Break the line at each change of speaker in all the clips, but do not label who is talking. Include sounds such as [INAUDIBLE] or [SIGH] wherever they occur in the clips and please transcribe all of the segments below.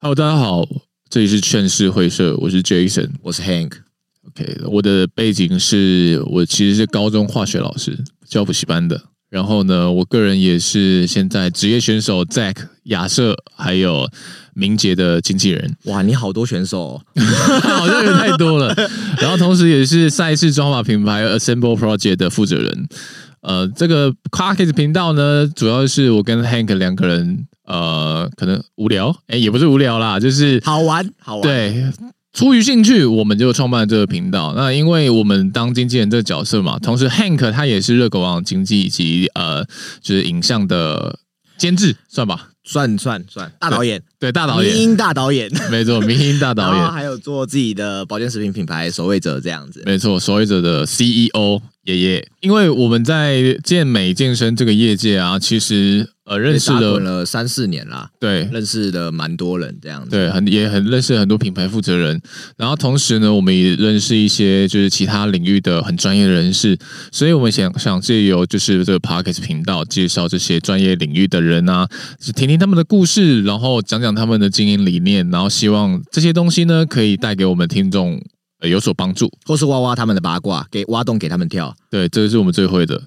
Hello，大家好，这里是劝世会社，我是 Jason。
我是 Hank，
OK，我的背景是我其实是高中化学老师，教补习班的。然后呢，我个人也是现在职业选手 Zack、亚瑟还有明杰的经纪人， [LAUGHS]
哇，你好多选手、哦，
好像人太多了。然后同时也是赛事装法品牌 Assemble Project 的负责人。呃，这个 c a r k e s 频道呢，主要是我跟 Hank 两个人，呃，可能无聊，哎，也不是无聊啦，就是
好玩，好玩，，
对，出于兴趣，我们就创办了这个频道。那因为我们当经纪人这个角色嘛，同时 Hank 他也是热狗网经济以及呃，就是影像的监制，算吧，
算算算，大导演，
对，大导
民
演，
音大导演，
没错，明星大导
然后
演，
还有做自己的保健食品品牌守卫者这样子，
没错，守卫者的 CEO 爷爷。因为我们在健美健身这个业界啊，其实呃认识
也打滚
了
了三四年啦，
对
认识了蛮多人这样子，
对，很也很认识很多品牌负责人，然后同时呢，我们也认识一些就是其他领域的很专业的人士，所以我们想想借由就是这个 podcast 频道介绍这些专业领域的人啊，就听听他们的故事，然后讲讲他们的经营理念，然后希望这些东西呢可以带给我们听众、呃、有所帮助。
或是挖挖他们的八卦，给挖洞给他们跳。
对，这是我们最会的。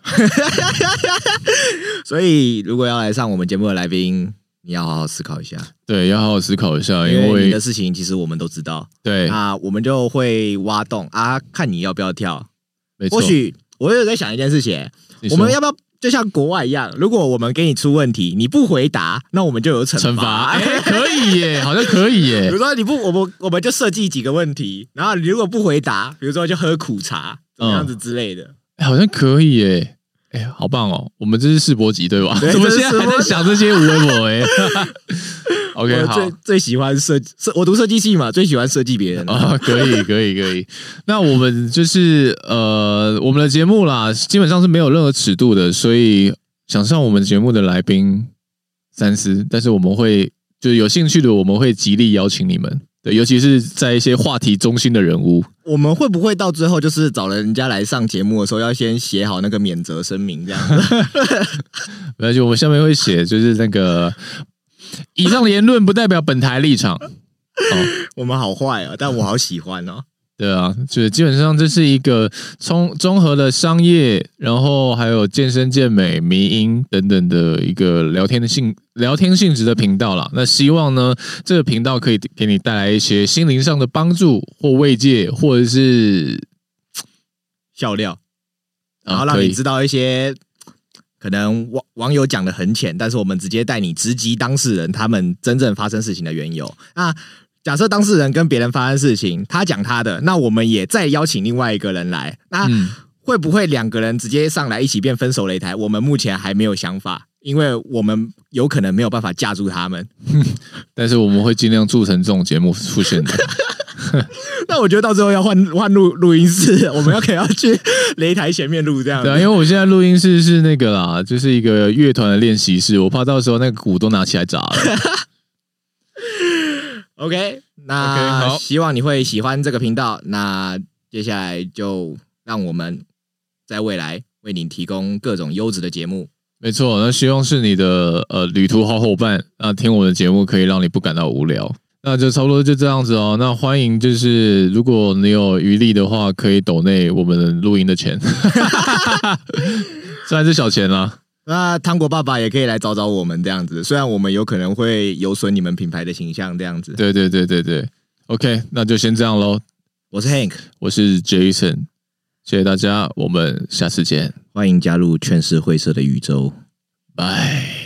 所以如果要来上我们节目的来宾，你要好好思考一下，
对，要好好思考一下，哎因
因为你
为
的事情其实我们都知道，
对，
啊，我们就会挖洞啊，看你要不要跳。
没错
或，许我有在想一件事情、欸
你
我
说
们要不要就像国外一样？如果我们给你出问题，你不回答，那我们就有惩
惩罚，
罚。
哎，可以耶，好像可以
比
耶
如，说你不，我们我们就设计几个问题，然后你如果不回答，比如说就喝苦茶，
嗯
怎么样子之类的。
哎好像可以耶。哎，好棒哦！我们这是世博集对吧？
对
[LAUGHS] 怎么
这
现
是
在还
世博
在
集
想这些无为我
[LAUGHS]
哎？OK，
我
好
最最喜欢设计设，我读设计系嘛，最喜欢设计别人。
啊，可以，可以，可以。那我们就是呃，我们的节目啦，基本上是没有任何尺度的，所以想上我们节目的来宾三思，但是我们会就是有兴趣的，我们会极力邀请你们。对，尤其是在一些话题中心的人物，
我们会不会到最后就是找人家来上节目的时候，要先写好那个免责声明这样
[LAUGHS]
子？
没关系，我们下面会写，就是那个以上言论不代表本台立场。哦，
我们好坏哦，但我好喜欢哦。
对啊，就是基本上这是一个综综合的商业，然后还有健身、健美、迷音等等的一个聊天的性聊天性质的频道啦。那希望呢，这个频道可以给你带来一些心灵上的帮助或慰藉，或者是
笑料。然
啊，
后让
可
你
以
知道一些可能网网友讲的很浅，但是我们直接带你直击当事人他们真正发生事情的缘由。那假设当事人跟别人发生事情，他讲他的，那我们也再邀请另外一个人来，那
嗯
会不会两个人直接上来一起变分手擂台？我们目前还没有想法，因为我们有可能没有办法架住他们。
但是我们会尽量促成这种节目出现的。
那我觉得到最后要换换录录音室， [LAUGHS] 我们要可能要去擂台前面录这样
对啊，
子。
因为我现在录音室是那个啦，就是一个乐团的练习室，我怕到时候那个鼓都拿起来砸了。
OK，
OK，
那
好
希望你会喜欢这个频道。那接下来就让我们在未来为你提供各种优质的节目。
没错，那希望是你的呃旅途好伙伴。那听我的节目可以让你不感到无聊。那就差不多就这样子哦。那欢迎就是如果你有余力的话，可以抖内我们录音的钱， [LAUGHS] 虽然是小钱啦。
那糖果爸爸也可以来找找我们这样子，虽然我们有可能会有损你们品牌的形象这样子。
对对对对对，OK，那就先这样喽。
我是 Hank，
我是 Jason，谢谢大家，我们下次见，
欢迎加入劝世会社的宇宙。
拜。